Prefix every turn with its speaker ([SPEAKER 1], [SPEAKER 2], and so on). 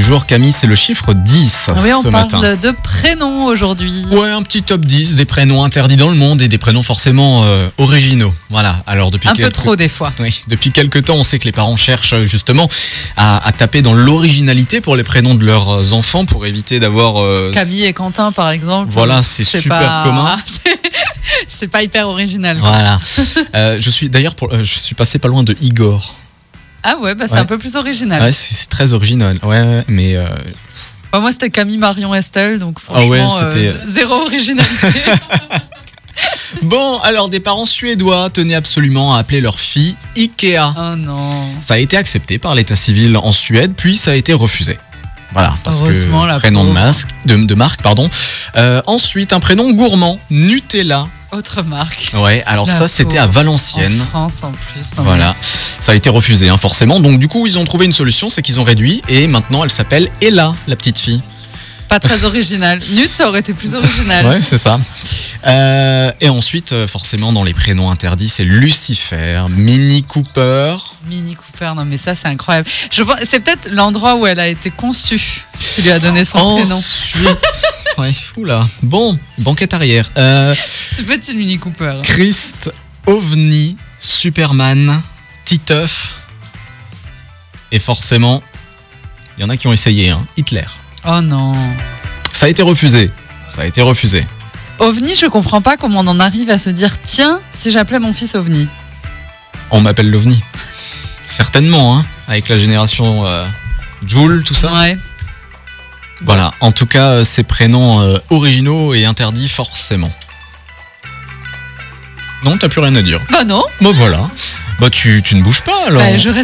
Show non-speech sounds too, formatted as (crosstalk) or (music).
[SPEAKER 1] jour, Camille, c'est le chiffre 10
[SPEAKER 2] Ah oui, on
[SPEAKER 1] ce
[SPEAKER 2] parle
[SPEAKER 1] matin.
[SPEAKER 2] de prénoms aujourd'hui.
[SPEAKER 1] Ouais, un petit top 10 des prénoms interdits dans le monde et des prénoms forcément euh, originaux. Voilà, alors depuis
[SPEAKER 2] Un peu
[SPEAKER 1] quelques...
[SPEAKER 2] trop des fois.
[SPEAKER 1] Oui, depuis quelques temps, on sait que les parents cherchent euh, justement à, à taper dans l'originalité pour les prénoms de leurs euh, enfants pour éviter d'avoir... euh,
[SPEAKER 2] Camille et Quentin, par exemple.
[SPEAKER 1] Voilà, c'est
[SPEAKER 2] c'est
[SPEAKER 1] super
[SPEAKER 2] pas...
[SPEAKER 1] commun.
[SPEAKER 2] (laughs) c'est- C'est pas hyper original. quoi. (laughs)
[SPEAKER 1] Voilà. Euh, je suis d'ailleurs, pour- euh, je suis passé pas loin de Igor.
[SPEAKER 2] Ah ouais, bah c'est
[SPEAKER 1] Ouais.
[SPEAKER 2] un peu plus original.
[SPEAKER 1] Ouais, c'est c'est très original. Ouais, Ouais, mais euh,
[SPEAKER 2] Bah, moi, c'était Camille, Marion, Estelle, donc franchement,
[SPEAKER 1] Ah ouais,
[SPEAKER 2] euh,
[SPEAKER 1] c'était-
[SPEAKER 2] z- zéro originalité.
[SPEAKER 1] (laughs) bon, alors des parents suédois tenaient absolument à appeler leur fille Ikea.
[SPEAKER 2] oh non.
[SPEAKER 1] Ça a été accepté par l'état civil en Suède, puis ça a été refusé. Voilà, parce
[SPEAKER 2] Heureusement,
[SPEAKER 1] que
[SPEAKER 2] la
[SPEAKER 1] prénom de,
[SPEAKER 2] pauvre.
[SPEAKER 1] masque, de, de marque, pardon. Euh, ensuite, un prénom gourmand, Nutella.
[SPEAKER 2] Autre marque.
[SPEAKER 1] Ouais, alors
[SPEAKER 2] La
[SPEAKER 1] ça, c'était à
[SPEAKER 2] pauvre.
[SPEAKER 1] Valenciennes.
[SPEAKER 2] En France, en plus. non, mais-
[SPEAKER 1] Voilà, ça a été refusé, hein, forcément. Donc du coup, ils ont trouvé une solution, c'est qu'ils ont réduit, et maintenant, elle s'appelle Ella, la petite fille.
[SPEAKER 2] Pas
[SPEAKER 1] (laughs)
[SPEAKER 2] très original. Nude, ça aurait été plus original.
[SPEAKER 1] Ouais, c'est ça. Euh, et ensuite, euh, forcément, dans les prénoms interdits, c'est Lucifer, Mini Cooper.
[SPEAKER 2] Mini Cooper, non mais ça c'est incroyable. Je pense, c'est peut-être l'endroit où elle a été conçue qui lui a donné son prénom. (laughs)
[SPEAKER 1] Ensuite, ouais, oula. Bon, banquette arrière. Euh,
[SPEAKER 2] C'est petite Mini Cooper.
[SPEAKER 1] Christ, OVNI, Superman, Titeuf. Et forcément, il y en a qui ont essayé, hein, Hitler.
[SPEAKER 2] Oh non.
[SPEAKER 1] Ça a été refusé. Ça a été refusé.
[SPEAKER 2] OVNI, je comprends pas comment on en arrive à se dire tiens, si j'appelais mon fils OVNI.
[SPEAKER 1] On m'appelle l'OVNI. Certainement, hein, avec la génération euh, Joule, tout ça.
[SPEAKER 2] Ouais.
[SPEAKER 1] Voilà, en tout cas, euh, ces prénoms euh, originaux et interdits forcément. Non, t'as plus rien à dire.
[SPEAKER 2] Bah non,
[SPEAKER 1] Bah voilà. Bah tu, tu ne bouges pas alors.
[SPEAKER 2] bah, je reste